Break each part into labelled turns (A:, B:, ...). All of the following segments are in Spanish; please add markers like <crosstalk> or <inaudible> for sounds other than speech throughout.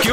A: ¿Qué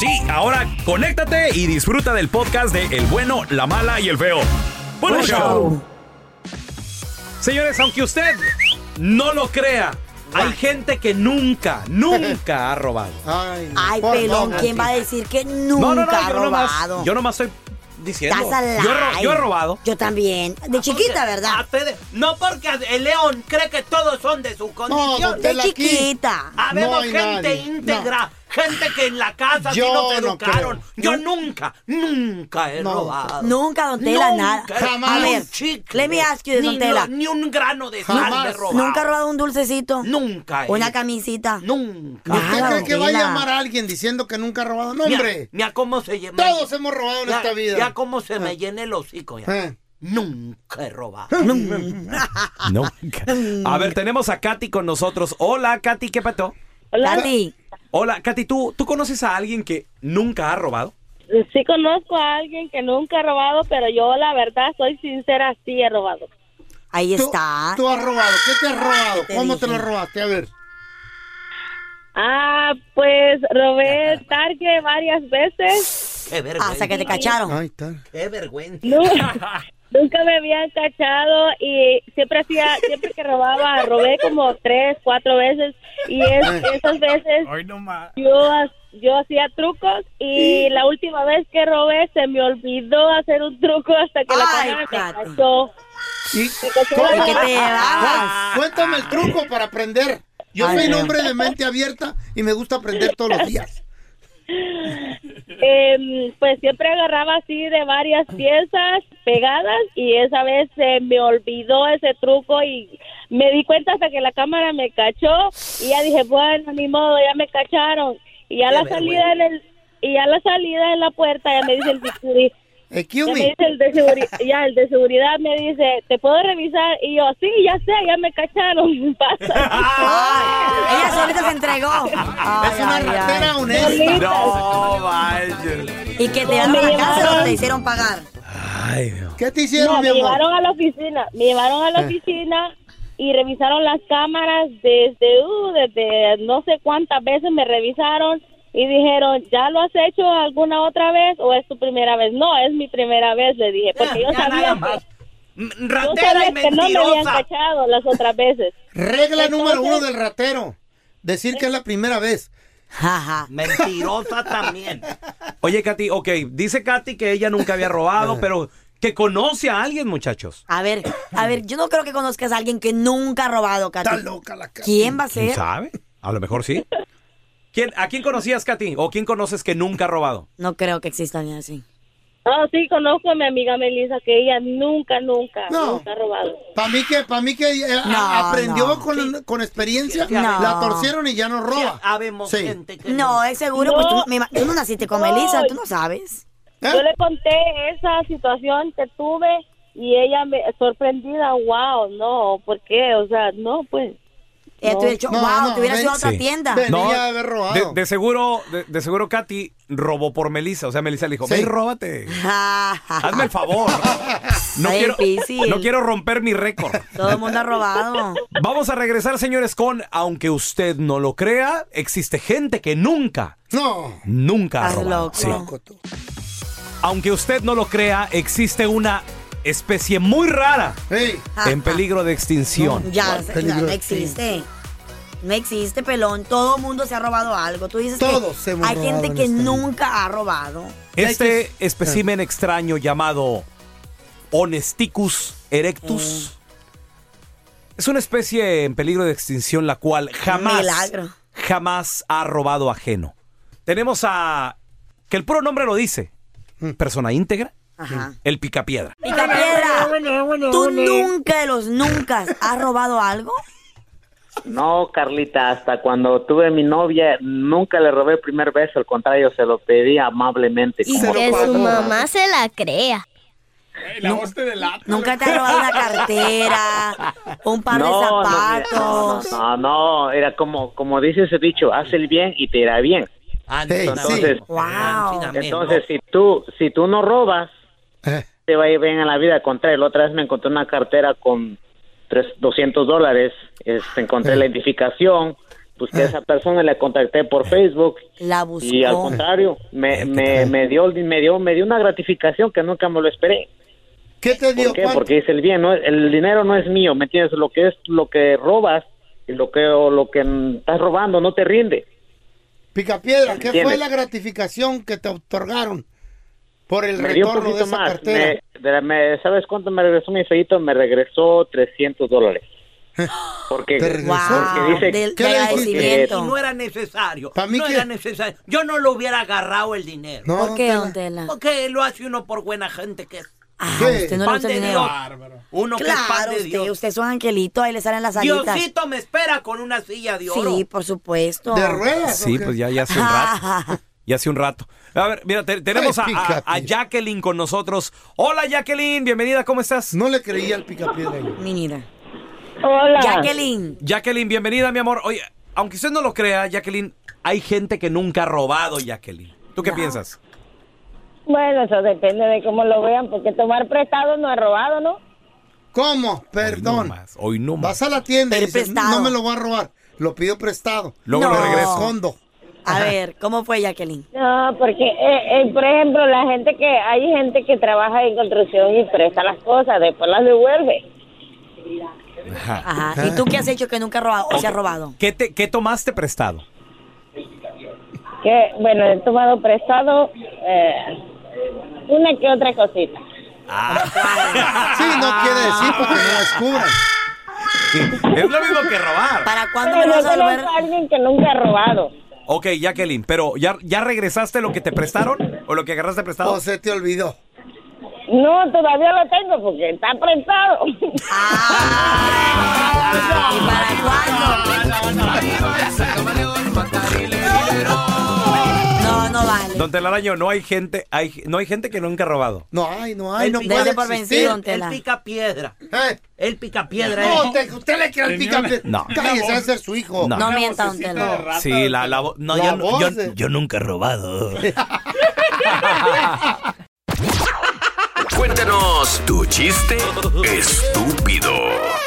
A: Sí, ahora conéctate y disfruta del podcast de El bueno, la mala y el feo. Bueno
B: Buen
A: show. Señores, aunque usted no lo crea, hay gente que
C: <laughs>
A: nunca, nunca ha robado.
C: Ay,
A: por
C: pelón,
A: favor,
C: ¿quién va a decir que nunca
A: no, no, no,
C: ha
A: yo nomás,
C: robado?
A: yo nomás estoy diciendo.
C: Estás al
A: yo, he ro-
C: aire.
A: yo he robado.
C: Yo también. De chiquita, ¿verdad?
B: No porque el león cree que todos son de su condición.
C: don Tela, De aquí chiquita. no
B: Habemos
C: hay
B: gente
C: nadie.
B: íntegra. Gente que en la casa sí
C: Yo
B: nos
C: no
B: educaron.
C: creo.
B: Yo nunca, nunca he robado.
C: Nunca, don Tela, nada.
B: Jamás.
C: A ver,
B: Ni un chicle.
C: let me ask you,
B: Ni
C: don Tela.
B: lo- Ni un grano de sal me he robado.
C: ¿Nunca ha robado un dulcecito?
A: eh.
B: Nunca.
C: ¿Una camisita?
B: Nunca.
D: ¿Usted
C: Nada,
D: cree
C: don
D: que va a
C: Tela.
D: llamar a alguien diciendo que nunca ha robado? No,
B: Mira,
D: hombre.
B: Mira, cómo se llama.
D: Todos hemos robado en
B: Ya-
D: esta vida. Eh.
B: Ya cómo se
C: Ah.
B: me llena el hocico ya. Nunca he robado.
A: Nunca. A ver, tenemos a Katy con nosotros. Hola, Katy, ¿qué pato?
E: Hola. Katy.
A: Hola, Katy, ¿tú, ¿tú conoces a alguien que nunca ha robado?
E: Sí conozco a alguien que nunca ha robado, pero yo la verdad soy sincera, sí he robado.
C: Ahí
E: está.
D: Tú has robado. ¿Qué te has robado?
E: te
D: ¿Cómo te
E: dije.
D: lo robaste? A ver.
E: Ah, pues robé Target varias veces.
B: Qué vergüenza.
E: Hasta que te cacharon.
D: Ahí está.
B: Qué vergüenza. <laughs>
E: Nu- nunca me habían cachado y siempre hacía, siempre que robaba, robé como tres, cuatro veces y es- esas veces yo, ha- yo hacía trucos y la última vez que robé se me olvidó hacer un truco hasta que la cara me cachó. Me cachó la
D: ¿Cómo?
E: cara.
D: Cu- Cuéntame el truco para aprender. Yo
E: Ay,
D: soy un
E: no.
D: hombre de mente abierta y me gusta aprender todos los días.
E: Em, pues siempre agarraba así de varias piezas pegadas y esa vez se me olvidó ese truco y me di cuenta hasta que la cámara me cachó y ya dije, bueno, ni modo, ya me cacharon. Y ya
F: Qué
E: la
F: vergüenza.
E: salida en el y ya la salida en la puerta ya me dice el security.
D: Excuse
E: ya me
D: me.
E: dice el de seguri- ya el de seguridad me dice, "¿Te puedo revisar?" Y yo, "Sí, ya sé, ya me cacharon." <laughs> Pasa.
C: Ella solita se entregó. es una ratera
E: honesta.
A: No, vaya.
C: Y que te
E: No,
C: llevaron a
E: me
C: la cárcel o
E: llevaron.
C: te hicieron pagar.
D: ¿Qué te
E: No,
C: hicieron, mi
E: me
C: amor?
E: llevaron a la oficina, me llevaron a la
C: Ah.
E: oficina y revisaron las cámaras desde, uh, desde no sé cuántas veces me revisaron y dijeron, ¿ya lo has hecho alguna otra vez o es tu primera vez? No, es mi primera vez, le dije, porque yo sabía, yo
D: Ratera
E: sabía
D: y
E: que no me habían
D: mentirosa.
E: cachado las otras
C: <laughs>
E: veces.
D: Regla número uno
E: Entonces-
D: del ratero. Decir que es la primera vez.
B: Mentirosa también. <laughs>
A: Oye, Katy, ok, dice Katy que ella nunca había robado, pero que conoce a alguien, muchachos.
C: A ver, a ver, yo no creo que conozcas a alguien que nunca ha robado, Katy.
A: Está
C: loca la ¿Quién va a
A: ¿Quién
C: ser?
A: sabe? A lo mejor sí. ¿Quién, ¿A quién conocías, Katy? ¿O quién conoces que nunca ha robado?
C: No creo que exista alguien así.
E: Ah, sí, conozco a mi amiga Melissa, que ella nunca, nunca,
D: No.
E: nunca ha robado.
D: Para mí que, para mí que eh, a-
E: No,
D: aprendió
E: no.
D: con, con experiencia,
E: Sí, sí, no.
D: la torcieron y ya no roba. Sí.
C: No, es seguro, pues tú, me ima- tú no naciste con
E: No.
C: Melissa, tú no sabes.
D: ¿Eh?
E: Yo le conté esa situación que tuve y ella me sorprendida, wow, no, ¿por qué? O sea, no, pues.
C: Ella
E: no.
C: te hubiera dicho, wow, te hubieras ido a otra
A: Sí.
C: tienda.
A: No, De, de seguro, de, de seguro Katy robó por Melissa. O sea, Melissa le dijo,
C: Sí.
A: ven, róbate. Hazme el
C: <laughs>
A: favor. No
C: Está
A: quiero,
C: difícil.
A: no quiero romper mi récord.
C: <laughs> Todo el mundo ha robado.
A: Vamos a regresar, señores, con, aunque usted no lo crea, existe gente que nunca,
D: No.
A: nunca ha
D: Estás
A: robado.
D: loco.
A: Sí.
D: Loco
A: Aunque usted no lo crea, existe una especie muy rara en peligro de extinción.
C: Ya, ya no existe. No existe, pelón. Todo el mundo se ha robado algo. Tú dices
D: Todos
C: que
D: hemos
C: hay
D: robado
C: gente
D: en
C: que
D: este
C: nunca ha robado.
A: Este espécimen extraño llamado Honesticus erectus es una especie en peligro de extinción la cual jamás
C: Milagro.
A: jamás ha robado ajeno. Tenemos a que el puro nombre lo dice, persona íntegra,
C: Ajá.
A: el picapiedra.
C: Picapiedra, ¿tú nunca de los nunca has robado algo?
F: No, Carlita, hasta cuando tuve mi novia nunca le robé el primer beso, al contrario, se lo pedí amablemente.
G: Y
F: como-
G: que su mamá se la crea.
F: la
C: Nunca te has robado una
B: <laughs>
C: cartera, un par de
F: No, no, mira,
C: zapatos.
F: no, no, no, era como, como dice ese dicho, haz el bien y te irá bien. entonces,
C: Ah,
F: entonces si tú, si tú no robas,
D: Eh.
F: te va a ir bien en la vida. Al contrario, la otra vez me encontré una cartera con tres, 200 dólares, este,
D: Eh.
F: encontré la identificación, busqué a esa persona, la contacté
D: Eh.
F: por Facebook
C: La buscó.
F: Y al contrario, me, me, me dio, me, dio, me dio una gratificación que nunca me lo esperé.
D: ¿Qué te dio?
F: ¿Por qué?
D: ¿Cuánto?
F: Porque es el bien, ¿no? el dinero no es mío, ¿me entiendes? Lo que es lo que robas y lo que o lo que mm, estás robando no te rinde.
D: Picapiedra, ¿qué
F: ¿Entiendes?
D: fue la gratificación que te otorgaron por el
F: Me dio un
D: retorno de
F: poquito
D: esa
F: más.
D: cartera?
F: Me- de la- me- ¿Sabes cuánto me regresó mi feito? Me regresó
D: <gasps>
F: 300 dólares. Porque, porque dice
B: del
F: porque-
B: agradecimiento. Y no era necesario.
F: mí
B: no
F: que-
B: era necesario. Yo no lo hubiera agarrado el dinero.
C: No, ¿Por qué, don don Tela? Tela?
B: Porque lo hace uno por buena gente que es.
C: usted no le
B: pan
C: gusta
B: de
C: el dinero.
B: Dios. Uno que es pan
C: Claro,
B: de
C: usted,
B: Dios.
C: usted es un angelito, ahí le salen las alitas.
B: Diosito me espera con una silla de oro.
C: Sí, por supuesto.
B: ¿De ruedas
A: Sí, pues ya, ya hace un rato.
D: <laughs>
A: Ya hace un rato. A ver, mira, te- tenemos a,
C: Ay,
A: a- a Jacqueline con nosotros. Hola, Jacqueline, bienvenida, ¿cómo estás?
D: No le creía al picapiedra.
C: Mira.
E: Hola.
C: Jacqueline.
A: Jacqueline, bienvenida, mi amor. Oye, aunque usted no lo crea, Jacqueline, hay gente que nunca ha robado, Jacqueline. ¿Tú qué piensas?
E: Bueno, eso depende de cómo lo vean, porque tomar prestado no es robado, ¿no?
D: ¿Cómo? Perdón.
A: Hoy no
D: Vas a la tienda y dices, "Mm,
C: prestado.
D: no me lo voy a robar. Lo pidió prestado.
A: Luego
C: lo No. regreso.
D: Escondo.
C: A ver, ¿cómo fue Jacqueline?
E: No, porque, eh, eh, por ejemplo, la gente que, hay gente que trabaja en construcción y presta las cosas, después las devuelve. Ah.
C: Ajá. ¿Y tú qué has hecho que nunca has robado o se ha robado?
A: ¿Qué, te, ¿Qué tomaste prestado?
E: Que, bueno, he tomado prestado eh, una que otra cosita.
A: Ah,
D: Sí, no quiere decir porque no las cubran.
A: Es lo mismo que robar.
C: ¿Para
E: cuándo me vas a devolver? alguien que nunca ha robado.
A: Ok, Jacqueline, pero ¿ya, ¿ya regresaste lo que te prestaron? ¿O lo que agarraste prestado?
D: O se te olvidó.
E: No, todavía lo tengo porque está prestado.
C: No, no vale.
A: Don Telaraño, no hay gente, hay, no hay gente que nunca ha robado.
D: No hay, no hay,
B: El
D: no
B: pica-
D: puede
B: Dese por
D: existir.
B: vencido, don Tela. El pica piedra. El pica piedra.
D: No, te- usted le cree al
B: Tenía una-
D: picapiedra.
A: No.
D: Cállese, va a ser su hijo.
A: No. No
C: mienta, don Tela.
A: Sí, la, la vo- no,
D: La
A: yo,
D: voz
A: yo-
D: de-
A: yo nunca he robado.
H: Cuéntanos tu chiste estúpido.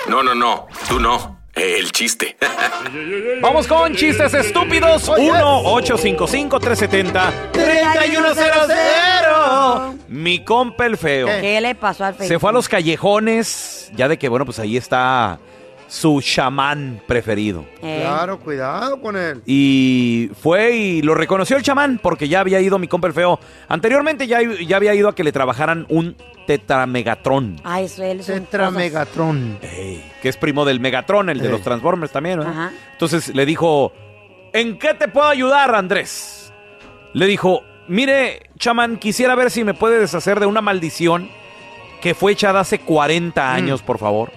H: No, no, no, tú no. eh, El chiste. <laughs>
A: Vamos con chistes estúpidos. 1-855-370-3100. Mi compa el feo.
C: ¿Qué le pasó al Facebook?
A: Se fue a los callejones, ya de que, bueno, pues ahí está su chamán preferido.
D: Claro, cuidado con él.
A: Y fue y lo reconoció el chamán porque ya había ido mi compa el feo. Anteriormente ya, ya había ido a que le trabajaran un tetramegatrón,
C: Ah, eso es.
D: Tetramegatron.
A: que es primo del Megatron, el de
D: Ey.
A: los Transformers también. ¿verdad?
C: Ajá.
A: Entonces le dijo, ¿en qué te puedo ayudar, Andrés? Le dijo, mire, chamán, quisiera ver si me puede deshacer de una maldición que fue echada hace 40 años, por favor.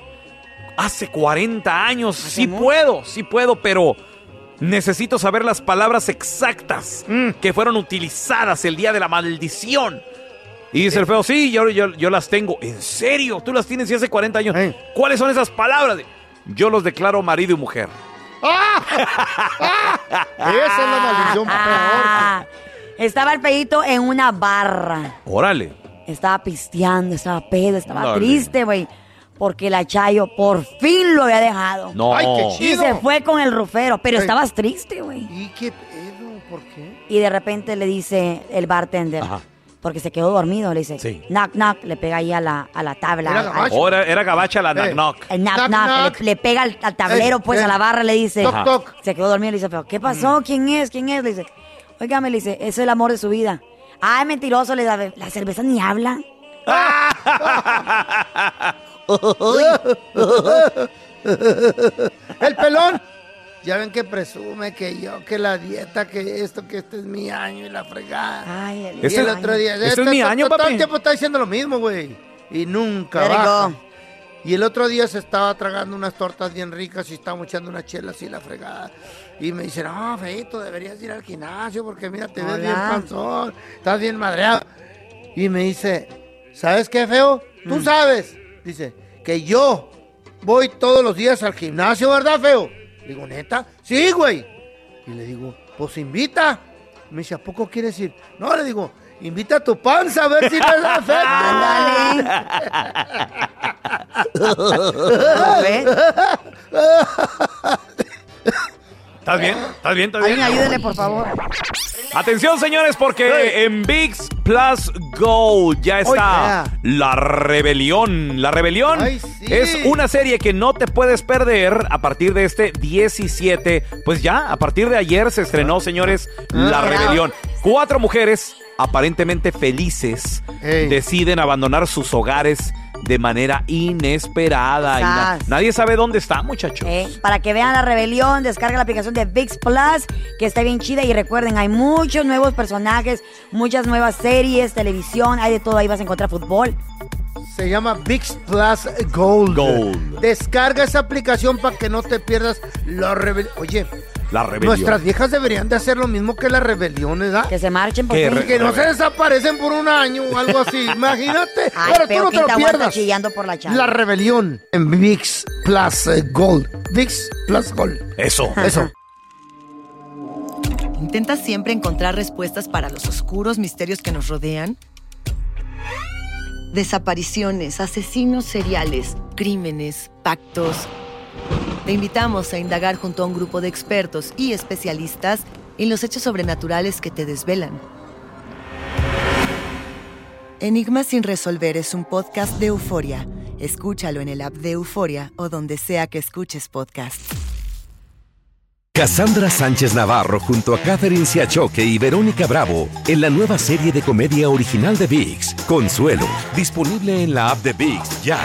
A: Hace 40 años, sí puedo, sí puedo, pero necesito saber las palabras exactas que fueron utilizadas el día de la maldición. Y dice el feo, sí, yo, yo- yo las tengo. ¿En serio? Tú las tienes y hace 40 años. ¿Cuáles son esas palabras? Yo los declaro marido y mujer.
C: <laughs>
B: ¡Ah!
D: Esa es la maldición
C: Ah, Estaba el pedito en una barra.
A: Órale.
C: Estaba pisteando, estaba pedo, estaba
A: Ándale.
C: triste, güey. Porque la Chayo por fin lo había dejado.
A: No. Ay, qué
C: Y
A: chido.
C: se fue con el rufero, pero estabas triste, güey.
D: ¿Y qué pedo? ¿Por qué?
C: Y de repente le dice el bartender, porque se quedó dormido, le dice,
A: Sí.
C: knock, knock, le pega ahí a la, a la tabla. al-
A: Ahora era gabacha la knock knock.
C: el knock, knock, Le, le pega al, al tablero,
D: Eh,
C: pues,
D: eh.
C: a la barra, le dice.
D: Toc, toc.
C: Se quedó dormido, le dice, pero ¿qué pasó? ¿Quién es? ¿Quién es? Le dice, oígame, le dice, es el amor de su vida. Ay, mentiroso, le da, la cerveza ni habla.
D: el pelón. Ya ven que presume que yo, que la dieta, que esto, que este es mi año y la fregada.
C: Ay,
D: y
A: Este-
D: el otro día.
A: este es mi año,
D: todo,
A: papi.
D: el tiempo está diciendo lo mismo, güey. Y nunca
C: Let it
D: baja.
C: go.
D: Y el otro día se estaba tragando unas tortas bien ricas y estábamos echando unas chelas y la fregada. Y me dicen, ah, Feito, deberías ir al gimnasio porque mira, te ves bien
C: Hola.
D: panzón, estás bien madreado. Y me dice, ¿sabes qué, feo? Tú sabes, dice, que yo voy todos los días al gimnasio, ¿verdad, feo? Le digo, ¿neta? Sí, güey. Y le digo, pues invita. Me dice, ¿a poco quieres ir? No, le digo, invita a tu panza a ver si no la
E: Ah,
D: <laughs> afecta.
A: ¿Estás bien? ¿Estás bien? ¿Estás bien?
C: Alguien ayúdele, por favor.
A: Atención, señores, porque en VIX Plus Go ya está
C: yeah.
A: La Rebelión. La Rebelión
D: Ay, sí.
A: es una serie que no te puedes perder a partir de este 17. Pues ya, a partir de ayer se estrenó, señores, La Rebelión. Cuatro mujeres aparentemente felices deciden abandonar sus hogares de manera inesperada. Y na-
C: Sas.
A: nadie sabe dónde está, muchachos.
C: Eh, Para que vean la rebelión, descarga la aplicación de VIX Plus, que está bien chida. Y recuerden, hay muchos nuevos personajes, muchas nuevas series, televisión, hay de todo. Ahí vas a encontrar fútbol.
D: Se llama VIX Plus Gold.
A: Gold.
D: Descarga esa aplicación para que no te pierdas la rebelión. Oye,
A: La Rebelión.
D: nuestras viejas deberían de hacer lo mismo que las rebeliones, ¿verdad?
C: Que se marchen
A: ¿por Qué qué? re-
D: Que no se
A: rebel-
D: desaparecen por un año o algo así. Imagínate.
C: Ay,
D: Pero
C: pero
D: tú no
C: ¿quién
D: te lo
C: te aguanta
D: pierdas.
C: chillando por la chava?
D: La rebelión en VIX Plus eh, Gold. VIX Plus Gold.
A: Eso.
C: <laughs>
D: Eso.
I: ¿Intentas siempre encontrar respuestas para los oscuros misterios que nos rodean? Desapariciones, asesinos seriales, crímenes, pactos. Te invitamos a indagar junto a un grupo de expertos y especialistas en los hechos sobrenaturales que te desvelan. Enigma sin resolver es un podcast de euforia. Escúchalo en el app de Euforia o donde sea que escuches podcast.
J: Cassandra Sánchez Navarro junto a Catherine Siachoque y Verónica Bravo en la nueva serie de comedia original de VIX, Consuelo, disponible en la app de VIX ya.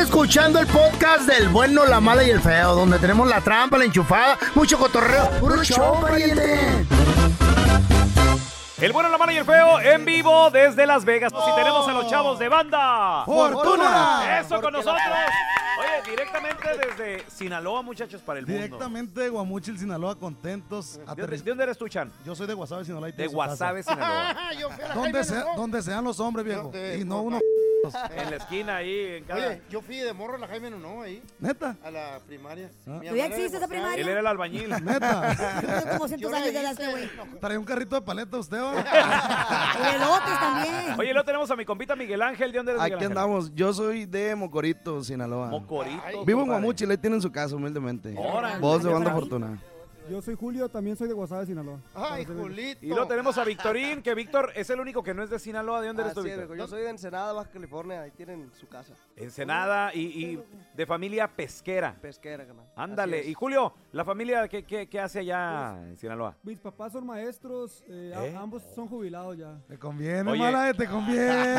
K: escuchando el podcast del bueno, la mala y el feo, donde tenemos la trampa, la enchufada, mucho cotorreo. ¡Puro show, pariente!
A: El bueno, la mano y el feo en vivo desde Las Vegas. Y tenemos a los chavos de banda.
L: ¡Fortuna!
A: Eso con nosotros. Oye, directamente desde Sinaloa, muchachos, para el mundo.
L: Directamente de Guamuchil, Sinaloa, contentos.
A: ¿De dónde, de dónde eres tú, Chan?
L: Yo soy de Guasave, Sinaloa. y tú
A: De
L: su casa.
A: Guasave, Sinaloa.
L: <laughs>
D: Ah,
L: Donde, se, donde sean los hombres, viejo. Y no uno. <laughs>
A: En la esquina ahí, en cada...
D: Oye, yo fui de morro a la Jaime no ahí.
L: ¿Neta?
D: A la primaria.
L: Ah.
D: Mi
L: ¿Todavía
D: abuela de
L: existe esa
D: Guasave.
L: primaria?
A: Él era el
L: <laughs>
A: albañil.
M: <laughs>
L: Neta.
C: Tiene como 100
D: Yo la
C: años de
D: hice.
C: edad este güey.
L: Trae un carrito de paleta usted, ¿va?
A: <laughs>
C: Y elotes también.
A: Oye, luego tenemos a mi compita Miguel Ángel. ¿De dónde eres,
M: Aquí
A: Miguel Ángel?
M: andamos. Yo soy de Mocorito, Sinaloa.
A: Mocorito,
M: Vivo
A: compadre.
M: en Guamuchil, ahí tienen su casa, humildemente.
A: Órale.
M: Voz de banda
A: Órale.
M: fortuna.
N: Yo soy Julio, también soy de Guasave, Sinaloa.
D: Ay, Julito.
A: Y luego tenemos a Victorín, que Víctor es el único que no es de Sinaloa. ¿De dónde eres tú,
O: Así es,
A: Víctor?
O: viejo. Yo soy de Ensenada, Baja California, ahí tienen su casa.
A: Ensenada y, y de familia pesquera.
O: Pesquera, carnal.
A: Ándale.
O: Así
A: Y
O: es.
A: Julio, la familia, ¿qué, qué, qué hace allá en Sinaloa?
N: Mis papás son maestros, eh, a-
A: ¿Eh?
N: ambos son jubilados ya.
L: Te conviene,
A: Oye.
L: mala, eh, te conviene.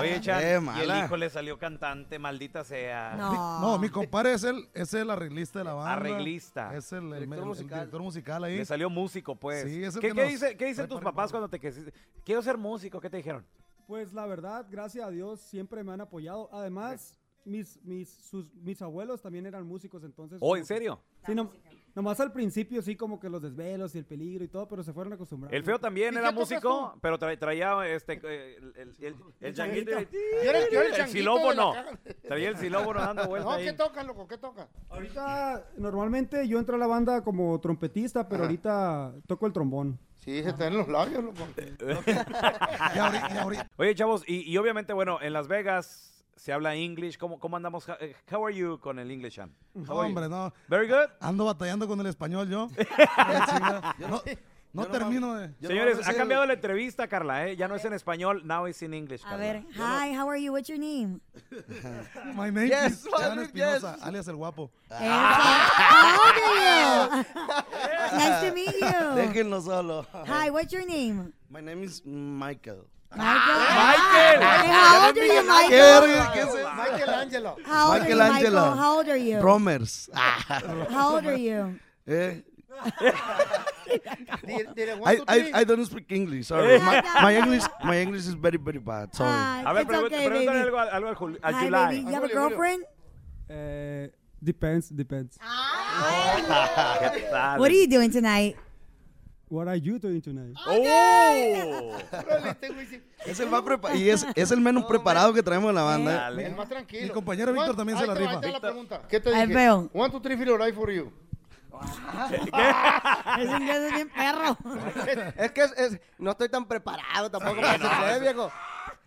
A: Oye, Chan,
L: Eh,
A: y el
L: mala.
A: hijo le salió cantante, maldita sea.
L: Mi- no, mi compadre es el, es el arreglista de la banda.
A: Arreglista.
L: Es el, el- el- el director, musical. ahí.
A: Le salió músico, pues.
L: Sí, es el
A: ¿Qué,
L: que
A: qué
L: nos
A: dice- qué dicen
L: trae
A: tus
L: para
A: papás cuando te quisiste? Quiero ser músico, ¿qué te dijeron?
N: <laughs> Pues la verdad, gracias a Dios, siempre me han apoyado. Además, mis, mis, sus, mis abuelos también eran músicos, entonces...
A: Oh,
N: como
A: ¿en
N: que-
A: serio?
N: Sí, no- nomás al principio sí como que los desvelos y el peligro y todo, pero se fueron acostumbrando.
A: El feo también era músico, pero tra- traía este eh, el, el, el, el changuito.
N: changuito.
A: y-
N: Yo era- yo era el changuito de la
A: silófono.
N: caja.
A: Traía el silófono dando vueltas.
D: No,
A: ahí.
D: ¿qué toca, loco? ¿Qué toca?
N: Ahorita, normalmente yo entro a la banda como trompetista, pero ahorita toco el trombón.
D: Sí, se te ven los labios,
L: <laughs>
D: loco.
A: Oye, chavos, y, y obviamente, bueno, en Las Vegas se habla English. ¿Cómo, cómo andamos? How, eh, how are you con el English, Sean?
L: No,
A: How are you?
L: hombre, no.
A: Very good.
L: Ando batallando con el español
A: <laughs>
L: yo. no no termino de.
A: Señores, ha cambiado la entrevista, Carla, ¿eh? Ya no es en español, now it's in English,
C: A
A: Carla. <laughs>
C: ver, hi, how are you? What's your name?
L: My name
C: Yes,
L: is Chan
C: Madrid,
L: Espinosa,
C: yes.
L: alias el guapo.
C: Ah, okay. nice to meet you.
M: Déjenlo solo.
C: Hi, what's your name?
M: My name is Michael.
C: Michael.
M: Michael.
C: Hey, how old are you,
M: Verga, ¿qué
C: Michael?
M: es eso?
D: Michael Angelo.
C: How old are you,
M: Michael
C: Michael?
M: Angelo.
C: How old are you?
M: Bromers.
C: <laughs> How old are you? <laughs>
M: Eh,
D: Dile- dile, one,
M: I,
D: two,
M: I,
D: three.
M: I don't speak English, sorry. My, my English my English is very, very bad, sorry.
A: A ver,
C: Ah, It's okay,
A: pregun- pregúntale
C: baby.
A: algo, a- algo al Juli- a
C: Hi,
A: July.
C: baby. You have a girlfriend?
N: Eh, depends,
A: <laughs>
N: depends.
A: ¿Qué
D: Ah,
A: tal?
C: Ah, What are you doing tonight? Oh.
N: What are you doing tonight?
A: Oh.
M: Es el más prepa- y es, es el menos preparado que traemos en la banda. eh.
D: El más tranquilo.
L: Mi compañero Víctor también se
D: Ahí
L: la
D: te va, ahí
L: rifa.
D: te va la pregunta. ¿Qué te
L: Ahí
D: dije?
L: veo.
D: One, two, three, feel alright for you.
C: Es inglés es bien perro.
O: es que es- es- no estoy tan preparado tampoco para
A: no,
O: hacer play,
A: es-
O: viejo.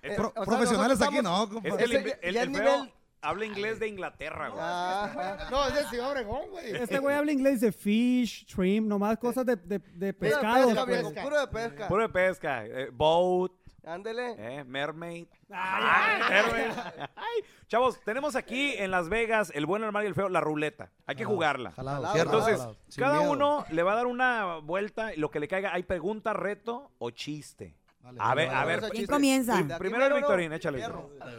A: Es-
O: Eh,
A: Pro-
O: o sea,
L: profesionales
O: nosotros
L: aquí
O: estamos-
L: no,
A: Es
L: compadre.
A: que el,
O: Ese-
A: inve- el-
O: ya
A: el
O: es
A: feo
O: nivel- Ah.
A: habla inglés de Inglaterra, güey.
D: Ah. No, es de Ciudad Obregón, güey.
N: Este güey habla inglés de fish, shrimp, nomás cosas de, de, de pescado. Pues,
O: pesca, viejo, pues. puro de pesca.
A: Puro de pesca. eh, boat.
O: Ándele.
A: eh, mermaid. Ay, mermaid. Ay. Chavos, tenemos aquí en Las Vegas el bueno, el malo y el feo, la ruleta. Hay que jugarla.
L: jalado, cierto.
A: Entonces,
L: jalado. Sin
A: cada
L: miedo.
A: uno le va a dar una vuelta, y lo que le caiga. Hay pregunta, reto o chiste. a ver, a
C: vale.
A: ver.
C: ¿Quién
A: chiste.
C: comienza?
A: Prim- Primero el Victorín, échale.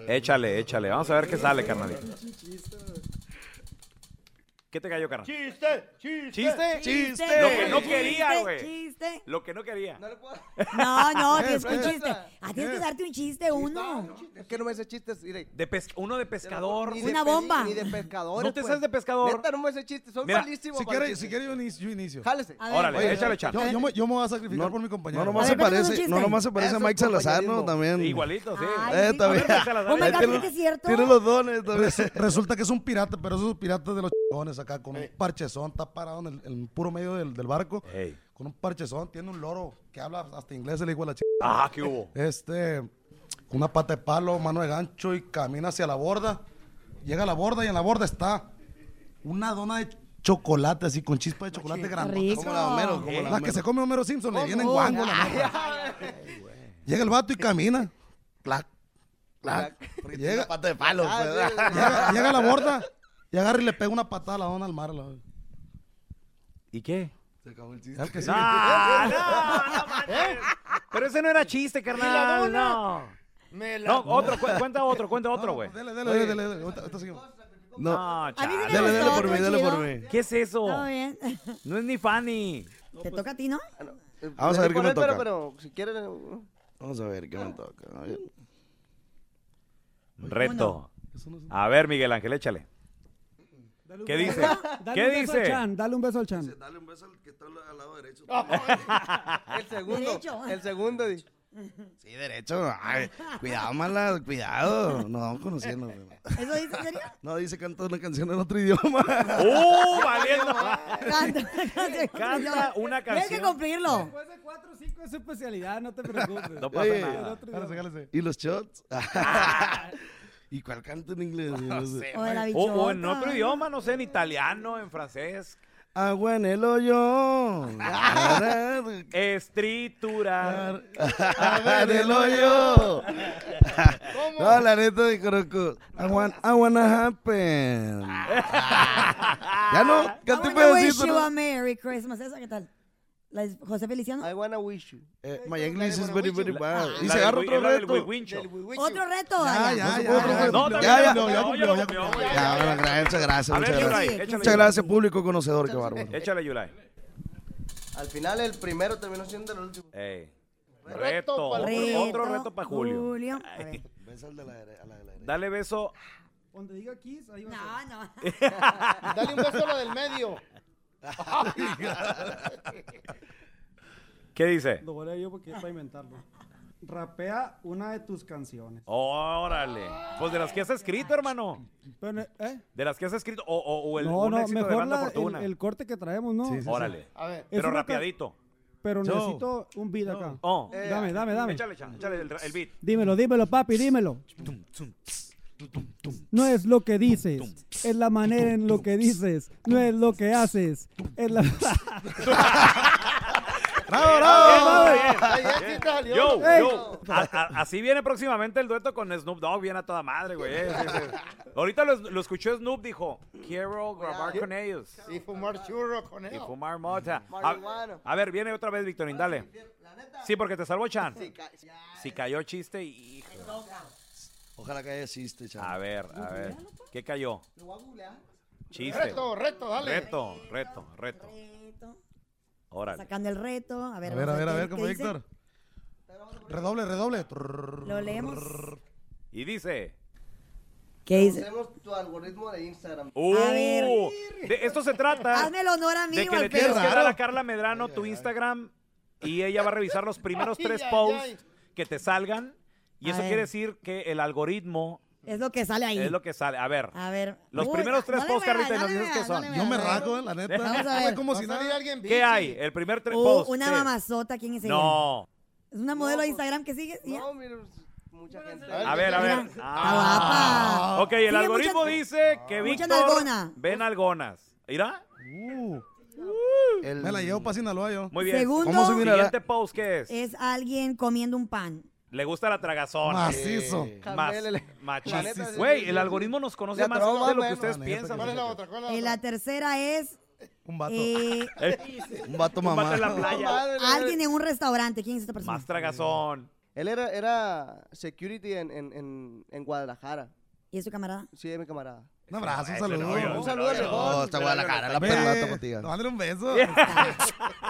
A: Échale, échale. Vamos a ver qué sale, carnal. ¿Qué te cayó, carnal?
D: Chiste, chiste.
A: ¿Chiste? Lo que no quería, güey.
C: Chiste.
A: Lo que no quería.
C: <laughs>
A: <laughs>
L: <laughs>
C: No, no,
A: Yes,
C: tienes que un
A: yes.
C: chiste. Ah, tienes que darte un chiste, uno.
O: Es que no me hace chistes, mire.
A: De pes- uno de pescador.
O: Ni
A: güey.
O: de pe- Ni de pescador.
A: ¿No te sabes de pescador?
O: Neta, no me hace chistes, soy
A: Mira,
O: malísimo.
L: Si
O: para los
L: quieres, si
O: chistes.
L: quiere, yo inicio. Yo inicio.
O: Jálese.
A: Órale, échale, Chan.
L: Yo, yo me, yo me voy a sacrificar por mi compañero.
M: No nomás se parece, no nomás se parece a Mike Salazar, ¿no? También.
A: Igualito, sí.
M: Eh,
A: sí.
M: también.
A: A ver, Mike Salazar. Oh, my
M: Ahí
A: God,
M: tiene-
A: ¿sí que es cierto?
M: Tiene los dones también.
L: Res- resulta que es un pirata, pero esos piratas de los chingones acá, con un parchezón, está parado en el en puro medio del, del barco, con un parchezón, tiene un loro que habla hasta inglés, le digo a la chica.
A: Ah, ¿qué hubo?
L: Este, con una pata de palo, mano de gancho y camina hacia la borda. Llega a la borda y en la borda está una dona de chocolate, así con chispa de chocolate grande.
M: rico. Como la de Homero, como la de
L: la que
M: Homero.
L: se come Homero Simpson, le viene en
M: Oh,
L: guango la
M: ay,
L: neta. Llega el vato y camina. Clac, clac. Llega,
M: Pata de palo.
L: Ah,
M: pues.
L: sí, sí, sí. Llega- llega a la borda y agarra y le pega una patada a la dona al mar. la-
A: ¿Y qué?
M: Se acabó el
L: Claro que sí. <laughs> Ah,
A: No, no, no, manches. ¿Eh? Pero ese no era chiste,
L: ¿Y la
A: carnal.
L: dona?
A: No.
D: Me la-
A: No, otro, cu- cuenta otro,
L: <laughs>
A: cuenta otro, güey.
L: Dale, dale, dale, dale, dale. Ahorita- ahorita seguimos.
A: No,
L: A mí sí me
A: chale.
L: Dale, dale gustó, por mí, dale por chido. mí.
A: ¿Qué es eso?
C: Todo bien. <laughs>
A: No es ni Fanny.
C: Te toca a ti, ¿no?
O: Ah,
M: Vamos a ver qué me
O: Pero,
M: toca.
O: pero, pues, si
A: <laughs>
O: quieren...
M: Vamos a ver qué me toca. A ver.
A: Reto. A ver, Miguel Ángel, échale. ¿Qué dice?
N: <laughs> Dale
A: ¿Qué
N: un beso al
A: dice?
N: Chan, dale un beso al Chan.
L: Dale un beso al que está al lado
N: <laughs>
L: derecho.
O: El segundo. El segundo. di-
M: Sí, derecho. Ay, cuidado, mala, cuidado. No, conociendo.
C: ¿Eso dice
M: <laughs>
C: en serio?
M: No, dice canta una canción en otro idioma. <laughs>
A: ¡Uh, valiendo!
N: Canta
A: una
N: canción.
C: Tienes que cumplirlo.
N: Después de 4 o 5 es su especialidad, no te preocupes.
M: No pasa
N: Oye,
M: nada.
N: el otro idioma.
M: ¿Y los shots?
A: Ah.
M: <laughs> ¿Y cuál canto en inglés? No sé.
A: O, o en otro idioma, no sé, en italiano, en francés.
M: Agua en el hoyo.
A: <laughs> Estriturar.
M: Agua en el hoyo. No, la neta de Croco. I want, I wanna happen. ya no,
C: I
M: cante un
C: wanna wish
M: pedacito.
C: you a
M: ¿no?
C: Merry Christmas. ¿Esa qué tal? ¿La de José Feliciano? I wanna wish you.
M: Eh, my English is very, very bad. Ah, Y
A: La del
M: se agarra
A: wi-
M: otro
A: la del
M: reto.
A: wiwincho.
C: Otro reto.
M: Ya,
C: Daya.
M: ya,
C: Otro
M: ya.
C: reto.
M: Ya,
A: No,
M: ya, ya.
A: también ya cumplió,
M: Ya,
A: ya cumplió,
M: bueno,
A: ya.
M: gracias, gracias,
A: A ver,
M: muchas
A: Yulai,
M: gracias.
A: échale,
M: Muchas gracias, público conocedor, qué bárbaro.
A: Échale, Yulai.
O: Al final el primero terminó siendo el último.
A: Ey. Reto. Otro reto para Julio.
M: Ves al de la dere- a la de la derecha.
A: Dale beso.
N: Donde diga Kiss, ahí va
C: No, no.
D: <laughs> Dale un beso a lo del
C: <laughs>
D: medio.
A: ¿Qué dice?
N: Lo voy a leer yo porque es para inventarlo. Rapea una de tus canciones.
A: Órale. Pues de las que has escrito, hermano.
N: Pero, ¿eh?
A: De las que has escrito. O, o, o el,
N: no,
A: un
N: no,
A: éxito de
N: mejor
A: Banda
N: la-
A: Fortuna.
N: el, el corte que traemos, ¿no?
A: Órale.
N: Es
A: Pero
N: una ca-
A: rapiadito.
N: Pero
A: Yo.
N: necesito un beat acá.
A: Oh.
D: Eh,
N: dame, dame, dame.
A: Échale, échale, échale el, el beat.
N: Dímelo, dímelo, papi, dímelo. No es lo que dices, es la manera en lo que dices. No es lo que haces, es la... <laughs>
M: ¡Bravo,
A: bravo!
D: Ahí sí salió.
A: Eh, Yo,
D: Ey.
A: yo. A- a- así viene próximamente el dueto con Snoop Dogg. Viene a toda madre, güey. eh, sí, sí. Ahorita lo, lo escuchó Snoop, dijo: Quiero grabar con ellos.
D: Y fumar churro con él.
A: Y fumar mota. A, a ver, viene otra vez, Victorín, dale. Sí, porque te salvó Chan. Si cayó chiste y. hijo.
M: Ojalá que haya chiste, chaval.
A: A ver, a ver. ¿Qué cayó?
D: Lo voy a googlear.
A: Chiste.
D: Reto, reto, dale.
A: Reto, reto, reto. Órale.
C: Sacando el reto. A ver,
L: A ver, a
C: vamos
L: ver, a
C: qué-
L: ver,
C: qué
L: como
C: dice.
L: Héctor. Redoble, redoble.
C: Lo leemos.
A: Y dice.
C: ¿Qué dice?
O: Conocemos tu algoritmo de Instagram.
A: ¡Uh!
C: A ver.
A: De esto se trata.
C: Hazme el honor a mí,
A: De que
C: al
A: le tienes
C: pedo.
A: que dar a Carla Medrano tu Instagram y ella va a revisar los primeros
C: Ay,
A: tres
C: ay, ay.
A: posts que te salgan. Y
C: A
A: eso
C: ver.
A: quiere decir que el algoritmo
C: Es lo que sale ahí.
A: es lo que sale. A ver.
C: A ver.
A: Los
C: Uy,
A: primeros tres
C: no le
A: posts,
C: veas,
A: Carlita, y
C: no
A: nos <laughs>
C: le
A: dices
C: veas,
A: qué
C: no
A: son.
L: Yo
C: le veas,
L: me
C: no le
L: rasgo, eh, la neta.
C: Vamos a ver.
L: Como si
D: Va a salir
L: nada.
A: <laughs>
D: alguien
A: ¿Qué
D: bicho.
A: hay? Eh, El primer tre-
C: Uh,
A: post.
C: una
A: es-
C: mamazota, ¿quién es ella?
A: No.
C: ¿Es una modelo de Instagram que sigues? ¿Ya?
O: pues, No, mira, pues, mucha gente.
A: A ver, a
C: Mira,
A: ver.
C: está
A: Ah.
C: guapa.
A: Ok, el
C: Sigue
A: algoritmo
C: mucha-
A: dice que
C: mucha
A: Víctor
C: nalgona.
A: ven algonas. ¿Irá? Uh.
M: El-
L: Me la llevo para Sinaloa yo.
A: Muy bien.
C: Segundo.
M: ¿Cómo se mirará?
A: Siguiente post, ¿qué es?
C: Es alguien comiendo un pan.
A: Le gusta la tragazón.
L: Macizo.
A: Más,
O: Camélele.
A: machis.
O: La neta, sí,
A: Güey,
O: sí,
A: el
O: sí.
A: algoritmo nos conoce
O: La
A: más
O: trova,
A: de lo que
O: bueno.
A: ustedes
L: La neta
A: piensan. <laughs>
L: que
D: ¿Cuál es la otra? ¿Cuál
C: Eh,
D: es la
C: la
D: otra?
C: tercera es
L: Un
A: <laughs>
L: vato.
O: <laughs>
C: eh,
M: Un vato
A: Un vato
M: mamá.
A: en la playa.
C: alguien en un restaurante. ¿Quién es esta persona?
A: Más tragazón.
O: Él era, era security en, en, en, en Guadalajara.
C: ¿Y es su camarada?
O: Sí, es mi camarada.
L: Un abrazo, un
A: Ese no, yo,
L: saludo.
A: ese
O: Un saludo al
A: yo.
O: mejor.
M: Oh, está buena la cara, la
L: Ve,
M: pelota, patiga.
L: Dale un beso.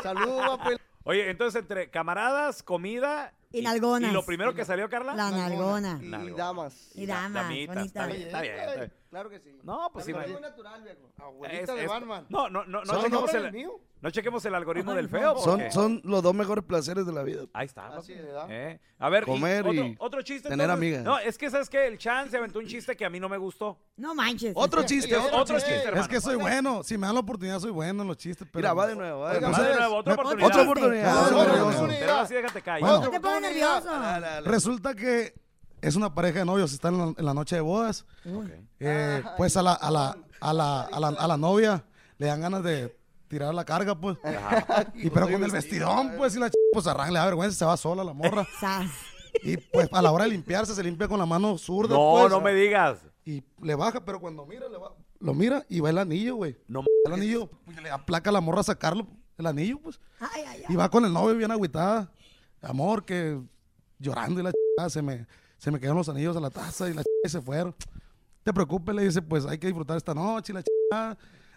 O: Saludos, guapo.
A: Oye, entonces entre camaradas, comida
C: Y nalgonas.
A: Y lo primero que salió, Carla.
C: La nalgona.
O: Y
A: Nalgo.
O: damas.
C: Y damas,
A: damitas,
C: bonita.
A: Está bien, está bien. está bien.
O: Claro que sí.
A: No, pues sí,
O: Algo
A: vaya.
O: natural, viejo.
A: Es-
D: Abuelita de
A: es-
D: Batman.
A: No, no, no, no
D: ¿Son
A: chequemos
D: nombres
A: el,
D: del mío?
A: no chequemos el algoritmo
C: Ay,
A: del
C: no.
A: feo.
M: Son,
A: porque-
M: son los dos mejores placeres de la vida.
A: Ahí está. papi.
O: Así es, ¿verdad?
A: Eh, A ver,
M: Comer
A: otro,
M: y
A: otro chiste.
M: tener
A: entonces.
M: amigas.
A: No, es que sabes que el Chan se aventó un chiste que a mí no me gustó.
C: No manches.
M: <laughs>
A: <laughs>
C: este,
M: Otro chiste,
A: Entonces,
M: otro,
A: otro
M: chiste.
A: chiste,
L: Es
A: hermano.
L: que soy bueno. Si me dan la oportunidad, soy bueno en los chistes. Pero...
M: Mira, va de nuevo, va de
L: Oiga,
M: nuevo.
A: Va de
L: ¿sabes?
A: nuevo, otra
L: Me-
A: oportunidad.
M: Otra oportunidad.
L: No,
M: otra
L: no, no,
M: oportunidad.
L: no, no, no.
A: Pero ahora sí déjate caer.
L: Bueno.
C: No te pongas nervioso.
O: Dale, dale.
L: Resulta que es una pareja de novios. Están en la, en la noche de bodas. Eh, pues a la, a, la, a, la, a, la, a la novia le dan ganas de tirar la carga, pues. Y pero con el
A: eh.
L: vestidón, pues, y la ch... Pues arranca, le da vergüenza, se va sola la morra.
C: Sas.
L: Y pues a la hora de limpiarse se limpia con la mano zurda.
A: No,
L: pues.
A: no me digas.
L: Y le baja, pero cuando mira, le va- lo mira y va el anillo, güey.
A: No m-
L: El anillo, pues, le aplaca a la morra a sacarlo, el anillo, pues.
C: Ay, ay, ay.
L: Y va con el novio bien agüitada. Amor, que llorando y la ch- ah, se me, se me quedaron los anillos a la taza y la ch... se fueron. Te preocupes, le dice, pues hay que disfrutar esta noche y la ch...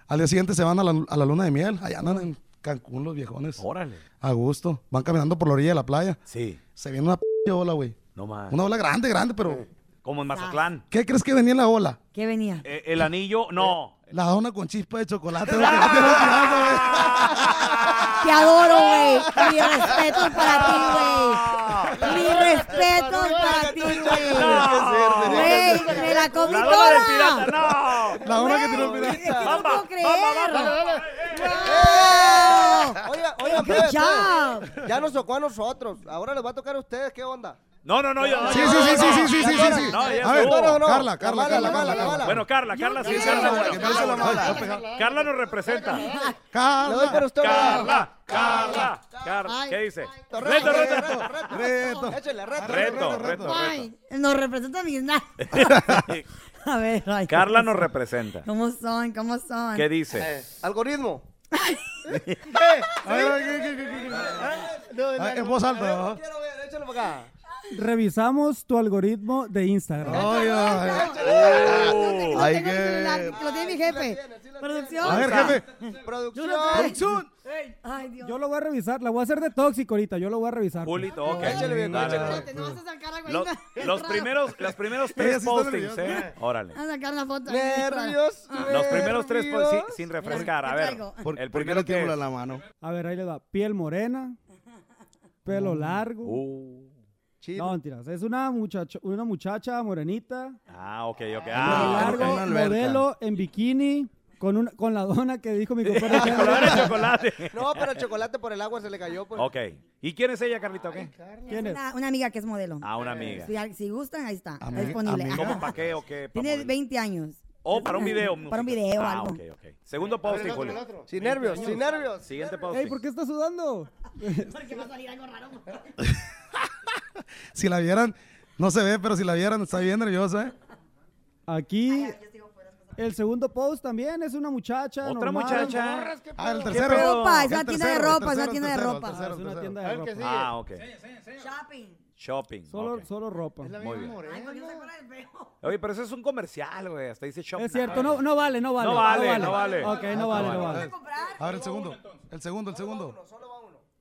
L: Al día siguiente se van a la, a la luna de miel, allá andan en Cancún los viejones.
A: Órale.
L: A gusto. Van caminando por la orilla de la playa.
A: Sí.
L: Se viene una p- ola, güey.
A: No más.
L: Una ola grande, grande, pero.
A: Como en Mazatlán.
L: ¿Qué crees que venía en la ola?
C: ¿Qué venía?
A: Eh, el anillo, no.
L: La dona con chispa
A: <laughs>
L: de chocolate. Eh,
C: Te adoro, güey. Mi respeto para ti, güey. Mi respeto para ti, güey. Güey, me la comí toda.
L: no. La dona que tiró el pirata.
C: No puedo creer.
O: Oiga, oiga,
C: Good
O: pues,
C: job.
O: pues, Ya nos tocó a nosotros. Ahora les va a tocar a ustedes. ¿Qué onda?
A: No, no, no, yo.
L: Sí,
A: no, no,
L: sí, sí, sí,
A: no,
L: sí, sí,
A: ya
L: sí,
A: no,
L: sí.
A: no, ya
L: A ver,
A: no.
L: Carla, Carla, Carla, Carla,
A: <laughs>
L: Carla.
A: Bueno, Carla, Carla, sí, Carla. bueno. Carla nos representa.
L: Carla.
O: doy para usted,
A: Carla, Carla, Carla. ¿Qué dice? Reto, reto.
L: Reto.
O: Échale, reto.
A: Reto, reto.
C: Ay, nos representa Miguel. <laughs> A ver, ay,
A: Carla
C: ¿cómo
A: nos
C: son?
A: representa.
C: ¿Cómo son? ¿Cómo son?
A: ¿Qué
O: Eh.
A: dice?
L: <laughs>
O: Algoritmo. <laughs> ¿Eh?
L: Ah, En voz alta, ¿no?
O: Échalo para acá.
N: Revisamos tu algoritmo de Instagram.
L: Ay, ay. ¡Uh!
M: Ay, que.
C: Lo tiene mi jefe. Producción.
L: A ver, jefe.
O: Producción.
L: Producción.
C: Ay, Dios.
N: Yo lo voy a revisar, la voy a hacer de tóxico ahorita, yo lo voy a revisar.
A: Julito, ok.
O: Échale bien,
A: Dale,
O: échale
A: dale.
O: bien.
C: Te no vas a sacar la
A: Los,
C: cuenta.
A: <laughs> los primeros, los primeros
L: Ella
A: tres
L: sí está
A: postings,
L: nerviosa.
A: ¿eh? Órale.
C: Vamos a sacar una foto. ahí.
O: Nervios.
A: Los primeros tres
O: nervios.
A: postings, sin refrescar. A
C: ¿Qué
A: ver,
C: traigo?
M: ¿Por,
A: el
M: ¿por qué
A: primero
M: le
A: que
M: tiembla
A: es.
M: la mano?
N: A ver, ahí le va. Piel morena, pelo
L: Mm.
N: largo.
A: Uh.
N: No, mentiras. Es una muchacha, una muchacha morenita,
A: Ah, ok, ok.
N: pelo
A: Ah,
N: largo,
A: ok.
M: una alberca.
N: modelo en bikini, con, una, con la dona que dijo mi
A: <laughs>
N: compadre. que
A: Color
N: era-
A: de chocolate.
O: No, pero el chocolate por el agua se le cayó. Pues.
A: Ok. ¿Y quién es ella, Carlita? ¿Ok?
N: ¿Quién es?
C: Una, una amiga que es modelo.
A: Ah, una amiga.
C: Si, si gustan, ahí está.
L: Amiga-
C: está disponible.
L: amiga.
C: Ajá.
A: ¿Cómo para qué o qué? Pa'
C: Tiene
A: mover.
C: 20 años.
A: Oh, para un video.
C: <laughs> Para un video o
A: Ah,
C: algo.
A: ok, ok. Segundo posting, Julio.
O: Sin nervios, sin nervios.
A: Siguiente
N: Ey,
A: posting.
N: ¿por qué estás sudando?
A: <laughs>
D: <laughs>
L: Si la vieran, no se ve, pero si la vieran, está bien nerviosa, ¿eh?
N: Aquí, el segundo post también es una muchacha.
A: Otra
N: normal.
A: muchacha.
L: Ah, el
A: ¿Qué
L: tercero.
A: pedo?
C: Ropa, es
L: El
C: una tienda de
L: tercero, el
C: ropa, es una
L: tercero,
C: tienda de
L: el tercero,
C: ropa.
L: el tercero,
N: Es
L: el
N: una
L: tercero.
N: tienda
D: A
N: de
D: ver qué
N: ropa.
D: sigue.
A: Ah, ok.
C: Shopping.
A: Shopping.
N: Solo,
A: ok.
N: solo ropa.
D: Es la
A: Muy bien.
D: misma
C: Ay, ¿por
D: morena.
C: qué no se acuerda del feo?
A: Oye, pero eso es un comercial, güey. Hasta dice shopping. Ah,
N: Es cierto, no, no vale, no vale.
A: No vale, no vale.
N: Ok, no vale, no vale.
C: ¿Comprar?
L: A ver, el segundo. El segundo, el segundo.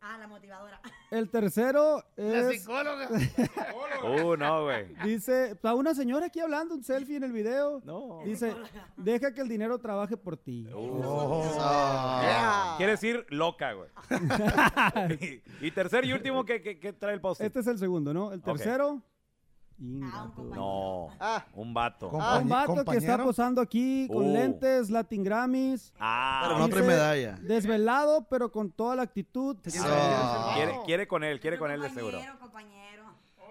C: Ah, la motivadora.
N: El tercero
D: La
N: es...
D: psicóloga.
A: Uh, no, güey.
N: Dice, está una señora aquí hablando, un selfie en el video.
A: No.
N: Dice, deja que el dinero trabaje por ti.
M: Oh.
A: Oh. Quiere decir loca,
N: <laughs>
A: güey. y tercer y último, ¿qué, qué, qué trae el posting?
N: Este es el segundo, ¿no? El tercero. Inga,
C: Ah, un
N: tú.
C: compañero.
A: No.
O: Ah.
A: Un vato.
L: Compañe-
N: un vato que está
L: compañero.
N: posando aquí con
A: Oh.
N: lentes, Latin Grammys.
A: Ah,
M: Pero no
N: Dice,
M: trae medalla.
N: Desvelado, pero con toda la actitud.
M: Ah.
A: quiere, quiere con él, quiere con él de seguro.
C: Compañero, compañero.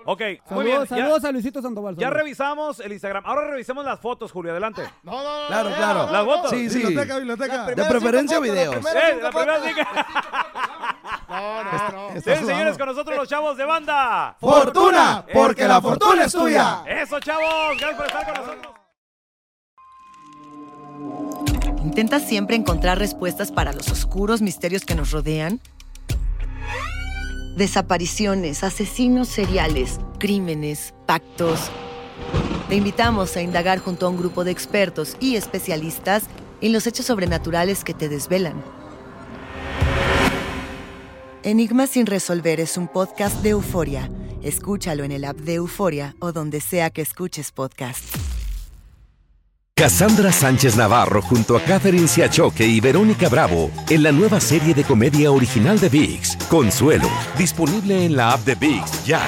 A: Ok, muy bien.
N: Saludos,
A: ya-
N: saludos a Luisito Sandoval.
A: Ya
N: saludos.
A: revisamos el Instagram. Ahora revisemos las fotos, Julio. Adelante.
D: No, no, no, no.
M: Claro,
D: no,
M: claro.
D: no,
A: Las
D: no.
A: botas.
M: Sí, sí.
L: Biblioteca, biblioteca.
O: Primeras
M: preferencia,
O: cinco fotos,
M: videos.
O: las primeras
A: Eh,
O: cinco
A: la primera
O: fotos.
A: chica.
D: No, no, no.
L: Está
A: Sí,
L: sudando.
A: señores, con nosotros los chavos de banda.
M: ¡Fortuna!
A: porque la
M: fortuna es tuya.
A: Eso, chavos. Gracias por estar con nosotros.
I: ¿Intentas siempre encontrar respuestas para los oscuros misterios que nos rodean? Desapariciones, asesinos seriales, crímenes, pactos. Te invitamos a indagar junto a un grupo de expertos y especialistas en los hechos sobrenaturales que te desvelan. Enigma sin resolver es un podcast de euforia. Escúchalo en el app de Euforia o donde sea que escuches podcasts.
J: Cassandra Sánchez Navarro junto a Catherine Siachoque y Verónica Bravo en la nueva serie de comedia original de VIX, Consuelo, disponible en la app de VIX ya.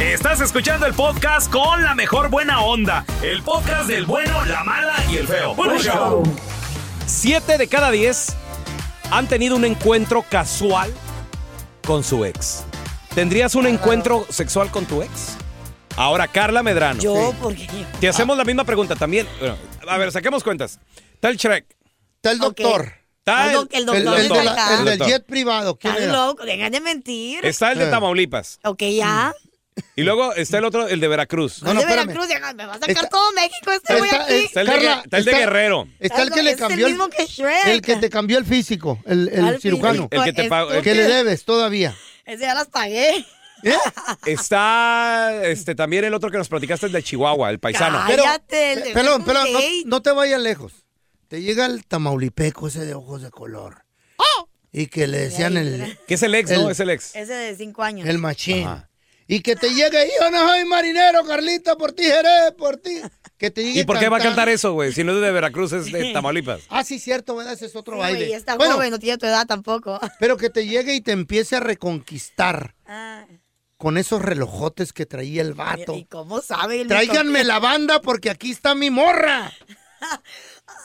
P: Estás escuchando el podcast con la mejor buena onda. El podcast del bueno, la mala y el feo. Bueno, show.
A: Siete de cada diez han tenido un encuentro casual con su ex. ¿Tendrías un encuentro sexual con tu ex? Ahora, Carla Medrano.
C: Yo, porque.
A: Te hacemos la misma pregunta también. Bueno, a ver, saquemos cuentas. Tal Shrek.
D: Está el doctor.
A: Está
C: El doc- el doctor
D: el,
C: está
D: de la- el
C: acá.
D: del
A: Doctor.
D: jet Ah. privado. ¿quién
C: Estás
D: era? Eh.
C: loco, dejas de mentir.
A: Está el de Tamaulipas.
C: Ok,
D: Mm.
C: ya.
A: Y luego está el otro, el de Veracruz.
C: No, de Veracruz, deja- me va a sacar todo México este güey
D: está-
C: aquí.
A: Está el de,
D: Carla,
A: está el de
D: está-
A: Guerrero.
D: Está el que le
C: Es el
D: cambió.
C: mismo que Shrek.
D: El que te cambió el físico, el, el
C: Al
D: cirujano.
A: físico, El que te paga-
D: El que le debes todavía.
C: Ese ya las pagué.
D: ¿eh?
A: Está este, también el otro que nos platicaste, el de Chihuahua, el paisano.
C: Cállate. el de-
D: Pelón, pelón, eh, no,
C: gay.
D: no te vayas lejos. Te llega el tamaulipeco ese de ojos de color. Y que le decían el.
A: Que es el ex, ¿no?
D: El-
A: Es el ex.
C: Ese de cinco años.
D: El machín. Y que te llegue, yo no soy marinero, Carlita, por ti, Jerez, por ti. Que te llegue
A: ¿Y por qué va a
D: cantando.
A: cantar eso, güey? Si no es de Veracruz, es
D: <laughs>
A: de Tamaulipas.
D: Ah, sí, cierto, ¿verdad? Ese es otro
C: Sí,
D: baile.
C: güey, está
D: Bueno,
C: joven, no tiene tu edad tampoco.
D: pero que te llegue y te empiece a reconquistar
C: Ah,
D: con esos relojotes que traía el vato.
C: ¿Y cómo sabe? el
D: Tráiganme
C: Nico?
D: la banda porque aquí está mi morra.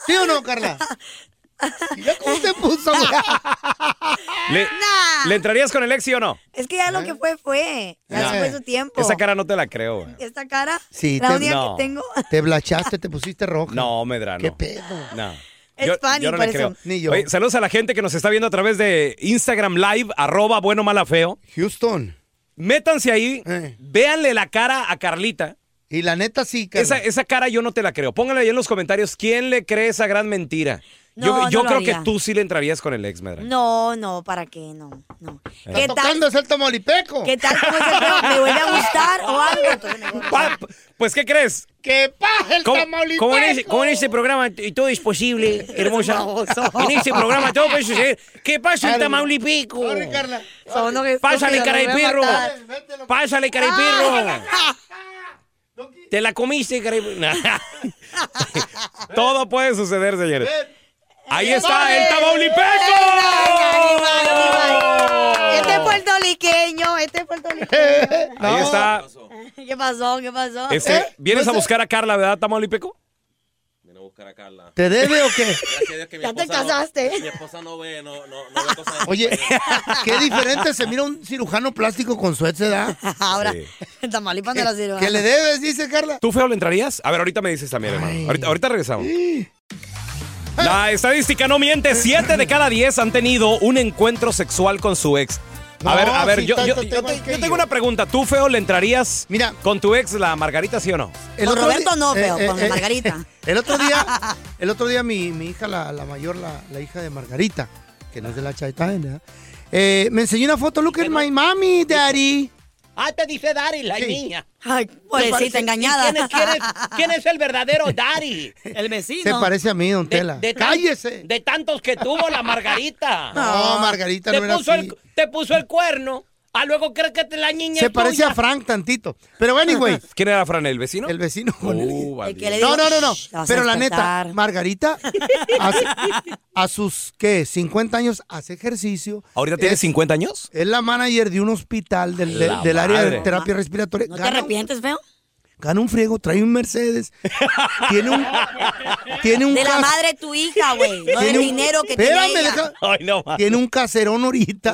D: ¿Sí o no, Carla? Mira cómo se puso. güey.
A: ¿Le, le entrarías con el ex, sí o no?
C: Es que ya
D: ¿Eh?
C: lo que fue, fue. Ya
A: Nah.
C: se fue su tiempo.
A: Esa cara no te la creo, güey.
C: Esta cara,
D: Sí,
C: la
D: te-
C: única
A: No.
C: que tengo.
D: Te blachaste, te pusiste roja.
A: No, Medrano.
D: ¿Qué pedo?
A: No.
C: Es funny,
A: yo no le
C: por eso.
A: creo.
D: Ni yo.
A: Oye, saludos a la gente que nos está viendo a través de Instagram Live, arroba bueno mala feo.
D: Houston. Eh.
A: Métanse ahí, véanle la cara a Carlita.
D: Y la neta sí, Carla.
A: Esa, esa cara yo no te la creo. Pónganle ahí en los comentarios quién le cree esa gran mentira.
C: No,
A: yo
C: no
A: yo
C: lo
A: creo
C: haría.
A: que tú sí le entrarías con el ex, Eh, Medrano.
C: No, no, ¿para qué? No, no. ¿Qué tal?
D: tocando es el tamaulipeco.
C: ¿Qué tal? ¿Cómo se fue? ¿Me vuelve a gustar o algo? Entonces me voy.
A: Pa- pues, ¿qué crees?
D: ¡Que paje <laughs> el
A: Como,
D: tamaulipeco!
A: como en ese, como en ese programa t- y todo es
B: <laughs>
A: posible, hermosa. En ese programa todo puede suceder. ¿Qué pasa en
D: Dale.
A: Tamaulipico?
D: Sorry, Carla.
C: Son unos estúpidos,
A: Pásale,
C: los
A: cara de
C: voy a
A: perro.
C: matar.
A: Pásale, cara de
B: Ah.
A: perro.
B: <laughs>
A: Te la comiste, cara de perro. <laughs> Nah. Todo puede suceder, señores. Ahí está el
C: Este es
A: Tamaulipeco.
C: puertorriqueño, este es puertorriqueño.
D: <laughs>
A: Ahí está.
C: ¿Qué pasó? ¿Qué
D: Ah,
C: pasó? ¿Eh?
A: Este,
D: ¿eh?
A: vienes a buscar a Carla, ¿verdad, Tamaulipeco?
D: ¿Te debe o qué?
C: Ya te casaste.
D: Oye, qué diferente se mira un cirujano plástico con su ex edad.
C: <laughs> Ahora, Tamaulipas no la sirva.
D: Que le debes, dice Carla.
A: <laughs> ¿Tú, Feo, le entrarías? A ver, ahorita me dices también, hermano. Ahorita, ahorita
D: <gasps>
A: regresamos. La estadística no miente. Siete de cada diez han tenido un encuentro sexual con su ex. A
D: No,
A: ver, a ver,
D: sí,
A: yo, yo-
D: tanto te
A: yo te-
D: van que
A: yo
D: yo.
A: tengo una pregunta. ¿Tú, Feo, le entrarías
D: Mira.
A: con tu ex, la Margarita, sí o no?
D: El
C: Con
D: otro
C: Roberto
D: día-
C: no, pero
D: eh, eh,
C: con
D: eh,
C: Margarita.
D: El otro día, el otro día mi, mi hija, la, la mayor, la, la hija de Margarita, que no es de la Chaita, ¿verdad? Eh, me enseñó una foto, look at my mommy, daddy.
B: Ah, te dice Dari, la
D: Sí.
B: niña.
C: Ay, pobrecita engañada.
B: ¿Y ¿Quién es, quién es- quién es el
C: <laughs>
B: verdadero Dari?
C: El
D: Se
C: vecino.
D: parece a mí, don
B: De-
D: Tela.
B: de tan-
D: ¡Cállese!
B: De tantos que tuvo la Margarita.
D: <laughs> No, Margarita
B: te,
D: no era
B: puso
D: así.
B: el, te puso el cuerno. Ah, luego crees que te- la niña
D: Se
B: es
D: parece
B: tuya.
D: a Frank tantito. Pero anyway,
A: <laughs> ¿Quién era, Fran, el vecino?
D: el vecino con el-
A: Uh,
C: El
A: vale.
C: que le digo,
D: No, no, no, no.
C: "Shh, la vas a
D: Pero la neta,
C: despertar".
D: Margarita, a,
C: <laughs>
D: a sus, ¿qué? 50 años hace ejercicio.
A: ¿Ahorita tienes
D: Es-
A: 50 años?
D: Es la manager de un hospital del,
A: La
D: del área de
A: madre.
D: terapia respiratoria.
C: ¿No te
D: Gana-
C: arrepientes, feo?
D: gana un friego, trae
A: <laughs>
D: un Mercedes, tiene un tiene un
C: De la
D: cas-
C: madre de tu hija, güey. No
D: tiene
C: del
D: un-
C: dinero que
D: Espérame,
C: tiene ella.
D: deja-
A: Ay, no, ma.
D: tiene un caserón ahorita.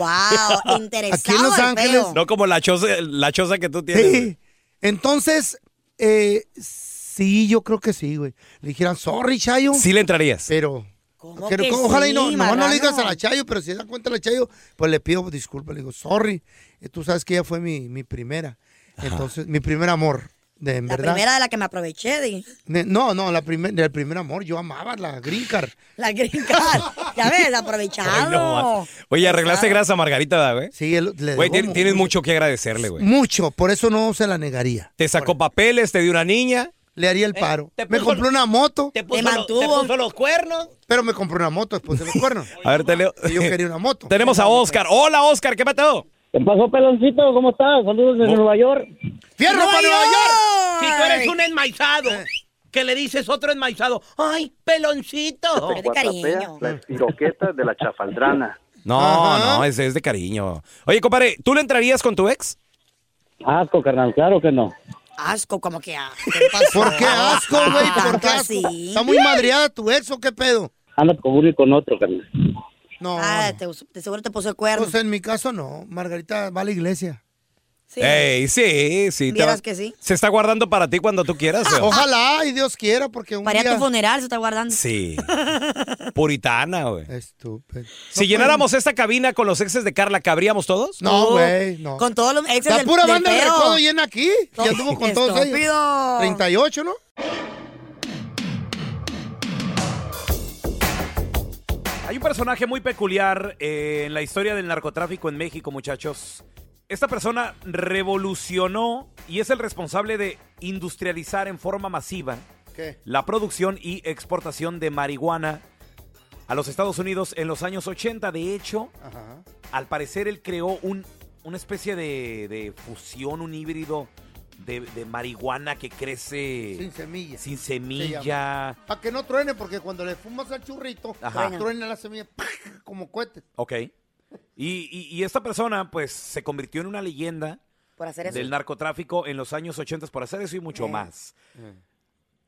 D: <laughs>
C: Wow, interesado
D: Aquí en Los
C: el
D: Ángeles.
C: feo.
A: No como la choza, la choza que tú tienes.
D: Sí. Entonces, eh, sí, yo creo que sí, güey. Le dijeran, sorry, Chayo,
A: Sí le entrarías.
D: pero...
C: ¿Cómo
D: pero
C: que
D: co- ojalá y
C: sí,
D: no, no, no
C: marrano?
D: le digas a la Chayo, pero si se da cuenta la Chayo, pues le pido disculpas, le digo, sorry, Eh, tú sabes que ella fue mi, mi primera, entonces, mi primer amor, de, en
C: La
D: verdad.
C: primera de la que me aproveché, dije.
D: Ne- No, no, la primer, el primer amor, yo amaba Ah, la green card.
C: La green
D: <laughs>
C: card. Ya ves,
A: Ay, no,
C: aprovechado.
A: ma. Oye, arreglaste gracias a Margarita, ¿verdad, güey.
D: Sí, él- le
A: Güey,
D: debo
A: tien-
D: mu-
A: tienes mucho que agradecerle, güey.
D: mucho, por eso no se la negaría.
A: Te sacó papeles, te dio una niña.
D: Le haría el paro.
B: Eh, te
D: me
B: puso-
D: compró una moto,
B: Te
C: Te
B: puso, lo-
C: mantuvo.
B: te puso los cuernos.
D: pero me compró una moto después de los cuernos.
A: <laughs> A ver, te leo. <laughs>
D: Y yo quería una moto.
A: Tenemos a Oscar. Hola, Oscar, ¿qué pasó?
F: ¿Qué pasó, peloncito? ¿Cómo estás? Saludos desde Nueva York.
B: ¡Fierro
F: ¡Nueva
B: para Nueva
F: York!
B: York! Si tú eres un enmaizado, que le dices otro enmaizado, ¡ay, peloncito!
F: Te cuatrapea La piroqueta de la chafaldrana.
A: No, no, ese es de cariño. Oye, compadre, ¿tú le entrarías con tu ex?
F: Asco, carnal, claro que no.
Q: Asco, como que asco.
D: ¿Por qué asco,
C: <laughs>
D: güey? ¿Por
Q: Tanto
D: qué asco?
Q: así.
D: ¿Está muy madreada tu ex o qué pedo?
F: Anda con uno y con otro, carnal.
D: No.
Q: Ah, te, us- te- seguro te puso el cuerno.
D: Pues en mi caso no. Margarita va a la iglesia.
Q: Sí.
A: Ey, sí, sí.
Q: Vieras
A: va-
Q: que sí. Ah.
A: Se está guardando para ti cuando tú quieras. ¿eh?
D: Ojalá y Dios quiera, porque un
Q: Para ir a
D: día...
Q: tu funeral se está guardando.
A: Sí. Puritana, güey.
D: Estúpido.
Q: pues.
A: Si llenáramos esta cabina con los exes de Carla, ¿cabríamos todos?
D: No, güey,
Q: <laughs>
D: no.
Q: Con todos los exes
D: La
Q: del-
D: pura
Q: del
D: banda de
Q: feo.
D: recodo llena aquí.
Q: No,
D: Ya anduvo con todos ellos.
Q: estúpido.
D: 38, ¿no?
A: Hay un personaje muy peculiar eh, en la historia del narcotráfico en México, muchachos. Esta persona revolucionó y es el responsable de industrializar en forma masiva
D: ¿Qué?
A: la producción y exportación de marihuana a los Estados Unidos en los años 80. De hecho,
D: Ajá.
A: al parecer él creó un- una especie de, de fusión, un híbrido de, de marihuana que crece
D: Sin semilla.
A: sin
D: Se llama.
A: semilla.
D: Para que no truene, porque cuando le fumas al churrito,
A: Ajá.
D: truena la semilla ¡pac! como cohete.
A: Ok. Y, y- y esta persona, pues, se convirtió en una leyenda
Q: Por hacer eso.
A: del narcotráfico en los años 80 por hacer eso y mucho más.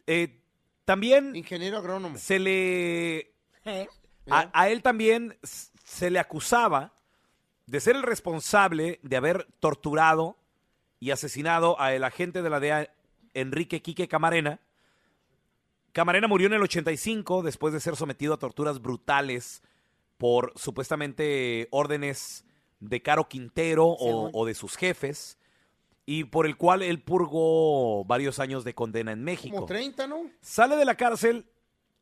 A: Eh, también...
D: Ingeniero agrónomo. ¿Eh?
A: Se
D: <laughs>
A: le... A, a él también s- se le acusaba de ser el responsable de haber torturado y asesinado a el agente de la DEA, Enrique Quique Camarena. Camarena murió en el 85 después de ser sometido a torturas brutales por supuestamente órdenes de Caro Quintero o,
P: Según.
A: o de sus jefes, y por el cual él purgó varios años de condena en México.
D: Como 30, ¿no?
A: Sale de la cárcel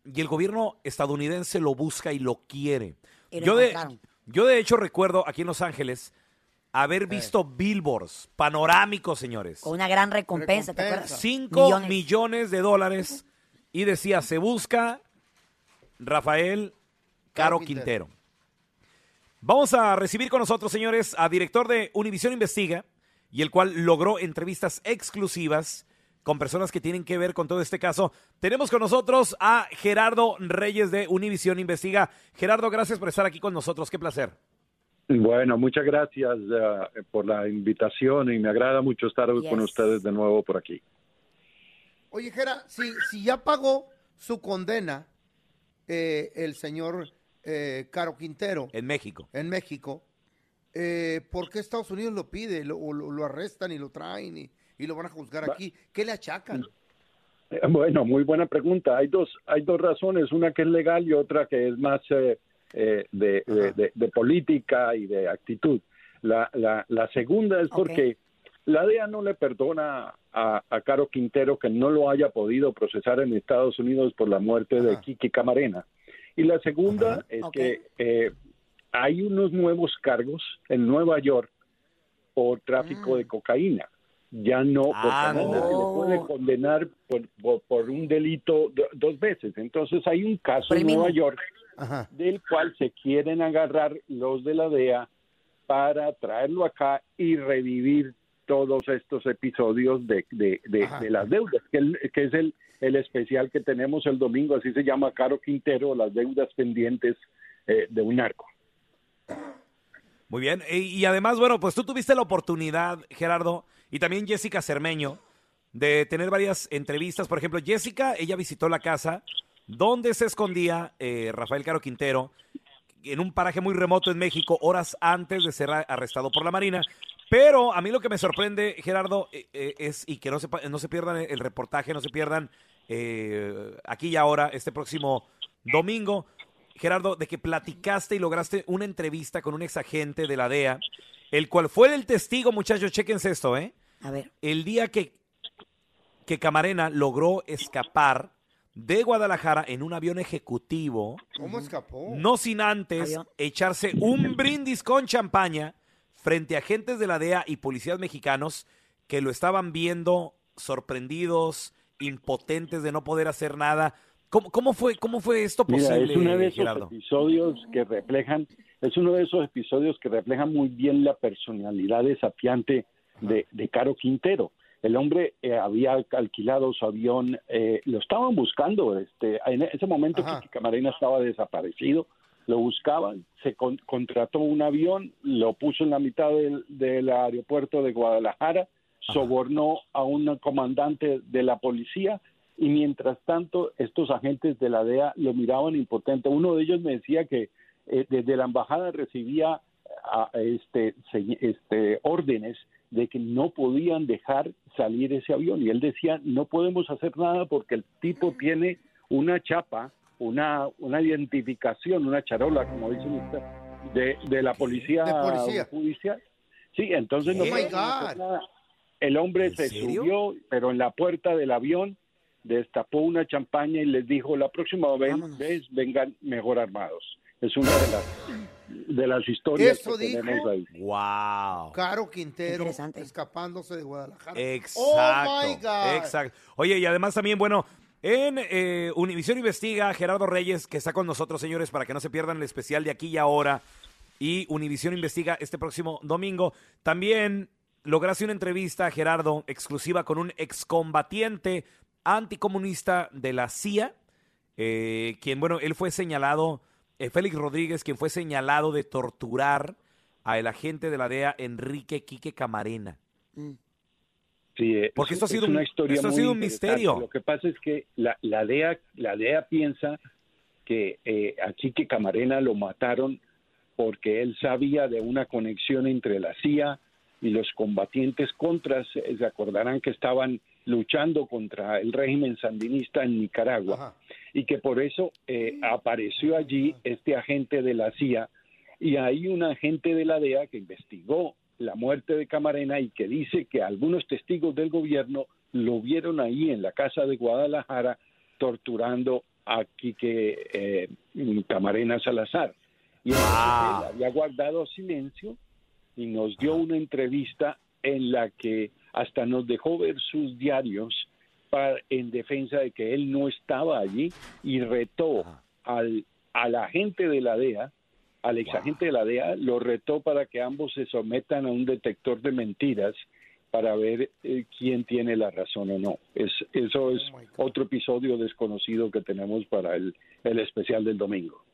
A: y el gobierno estadounidense lo busca y lo quiere.
D: Y lo
A: yo, de,
D: encontraron.
A: yo de hecho recuerdo aquí en Los Ángeles
D: Eh.
A: haber visto billboards panorámicos, señores.
Q: <laughs> Con una gran recompensa, ¿te acuerdas?
A: 5 millones. de dólares y decía, se busca Rafael Caro Quintero. Vamos a recibir con nosotros, señores, a director de Univisión Investiga y el cual logró entrevistas exclusivas con personas que tienen que ver con todo este caso. Tenemos con nosotros a Gerardo Reyes de Univisión Investiga. Gerardo, gracias por estar aquí con nosotros. Qué placer.
R: Bueno, muchas gracias eh, por la invitación y me agrada mucho estar hoy con
D: Yes.
R: ustedes de nuevo por aquí.
D: Oye, Jera, si, si ya pagó su condena eh, el señor eh, Caro Quintero
A: En México.
D: en México, eh, ¿por qué Estados Unidos lo pide? Lo, o lo, lo arrestan y lo traen y, y lo van a juzgar aquí. ¿Qué le achacan?
R: Eh, Bueno, muy buena pregunta. Hay dos, hay dos razones, una que es legal y otra que es más eh, eh, de, de- de- de política y de actitud. La, la- la segunda es porque la DEA no le perdona a, a Caro Quintero que no lo haya podido procesar en Estados Unidos por la muerte de Kiki Camarena. Y la segunda es que eh, hay unos nuevos cargos en Nueva York por tráfico de cocaína. Ya no, por
A: Ah,
R: Canadá
A: no.
R: se le puede condenar por, por- por un delito do- dos veces. Entonces hay un caso en Nueva York del cual se quieren agarrar los de la DEA para traerlo acá y revivir todos estos episodios de, de- de- de las deudas, que, el- que es el, el especial que tenemos el domingo, así se llama Caro Quintero, las deudas pendientes eh, de un narco.
A: Muy bien. Y, y además, bueno, pues tú tuviste la oportunidad, Gerardo, y también Jessica Cermeño, de tener varias entrevistas. Por ejemplo, Jessica, ella visitó la casa donde se escondía eh, Rafael Caro Quintero en un paraje muy remoto en México, horas antes de ser a- arrestado por la Marina. Pero a mí lo que me sorprende, Gerardo, eh, eh, es, y que no se, pa- no se pierdan el reportaje, no se pierdan eh, aquí y ahora, este próximo domingo, Gerardo, de que platicaste y lograste una entrevista con un ex agente de la DEA, el cual fue el testigo, muchachos, chéquense esto, ¿eh?
Q: A ver.
A: El día que, que Camarena logró escapar de Guadalajara en un avión ejecutivo,
D: ¿Cómo escapó?
A: no sin antes
D: Avión.
A: echarse un brindis con champaña frente a agentes de la DEA y policías mexicanos que lo estaban viendo sorprendidos, impotentes de no poder hacer nada. ¿Cómo, cómo fue, cómo fue esto
R: Mira,
A: posible,
R: es uno de esos
A: Gerardo?
R: episodios que reflejan es uno de esos episodios que refleja muy bien la personalidad desafiante de, de Caro Quintero. El hombre eh, había al- alquilado su avión, eh, lo estaban buscando, este, en ese momento que Camarena estaba desaparecido, lo buscaban, se con- contrató un avión, lo puso en la mitad del, del aeropuerto de Guadalajara, sobornó a un comandante de la policía y mientras tanto estos agentes de la DEA lo miraban impotente. Uno de ellos me decía que eh, desde la embajada recibía a- a este, se- este, órdenes de que no podían dejar salir ese avión y él decía no podemos hacer nada porque el tipo tiene una chapa, una, una identificación, una charola como dicen ustedes, de, de la policía,
S: De policía.
R: judicial. Sí, entonces no
S: Oh my
R: podían hacer
S: God.
R: nada. El hombre se
S: serio?
R: subió, pero en la puerta del avión destapó una champaña y les dijo, la próxima vez, vez vengan mejor armados. Es una de las, de las historias
D: Eso
R: que
D: dijo.
R: tenemos ahí.
A: ¡Wow!
D: Caro Quintero escapándose de Guadalajara.
K: Eh,
A: Exacto.
D: Oh my God.
A: Exacto. Oye, y además también, bueno, en eh, Univisión Investiga, Gerardo Reyes, que está con nosotros, señores, para que no se pierdan el especial de aquí y ahora. Y Univisión Investiga este próximo domingo. También lograste una entrevista, Gerardo, exclusiva con un excombatiente anticomunista de la CIA, eh, quien, bueno, él fue señalado, eh, Félix Rodríguez, quien fue señalado de torturar a el agente de la DEA, Enrique Quique Camarena.
R: Sí, eh,
A: Mm. Porque
R: es-
A: esto ha sido
R: es
A: un-
R: una historia
A: esto ha
R: muy
A: sido un
R: interesante.
A: misterio.
R: Lo que pasa es que la, la DEA, la DEA piensa que eh, a Quique Camarena lo mataron porque él sabía de una conexión entre la CIA y los combatientes contra, se se acordarán que estaban luchando contra el régimen sandinista en Nicaragua y que por eso eh, apareció
A: Ah.
R: allí este agente de la CIA y hay un agente de la DEA que investigó la muerte de Camarena y que dice que algunos testigos del gobierno lo vieron ahí en la casa de Guadalajara torturando a Quique eh, Camarena Salazar. Y entonces él había guardado silencio y nos dio una entrevista en la que hasta nos dejó ver sus diarios para- en defensa de que él no estaba allí y retó al, al agente de la DEA, al exagente de la DEA, lo retó para que ambos se sometan a un detector de mentiras para ver eh, quién tiene la razón o no. Es, eso es otro episodio desconocido que tenemos para el, el especial del domingo.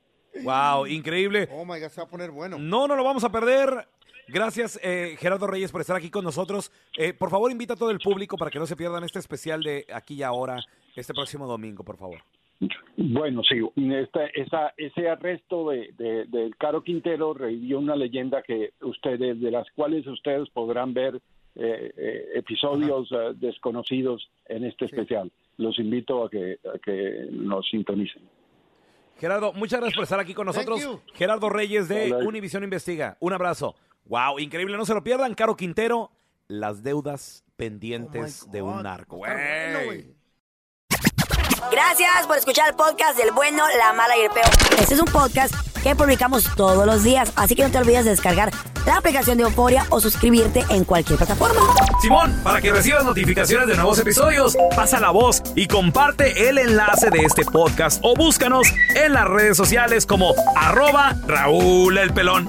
A: Wow, increíble.
D: Oh my God, se va a poner bueno.
A: No, no lo vamos a perder. Gracias, eh, Gerardo Reyes, por estar aquí con nosotros. Eh, por favor, invita a todo el público para que no se pierdan este especial de aquí y ahora, este próximo domingo, por favor.
R: Bueno, sí, esta- esa- ese arresto de, de- del Caro Quintero revivió una leyenda que ustedes, de las cuales ustedes podrán ver eh, eh, episodios eh, desconocidos en este especial. Los invito a que, a que nos sintonicen.
A: Gerardo, muchas gracias por estar aquí con nosotros. Gerardo Reyes de Univisión Investiga. Un abrazo. Wow, increíble. No se lo pierdan. Caro Quintero, las deudas
D: Oh
A: pendientes de un narco.
D: pues
A: Güey.
Q: Gracias por escuchar el podcast del bueno, la mala y el peor. Este es un podcast que publicamos todos los días, así que no te olvides de descargar la aplicación de Euforia o suscribirte en cualquier plataforma.
P: Simón, para que recibas notificaciones de nuevos episodios, pasa la voz y comparte el enlace de este podcast o búscanos en las redes sociales como arroba Raúl el Pelón.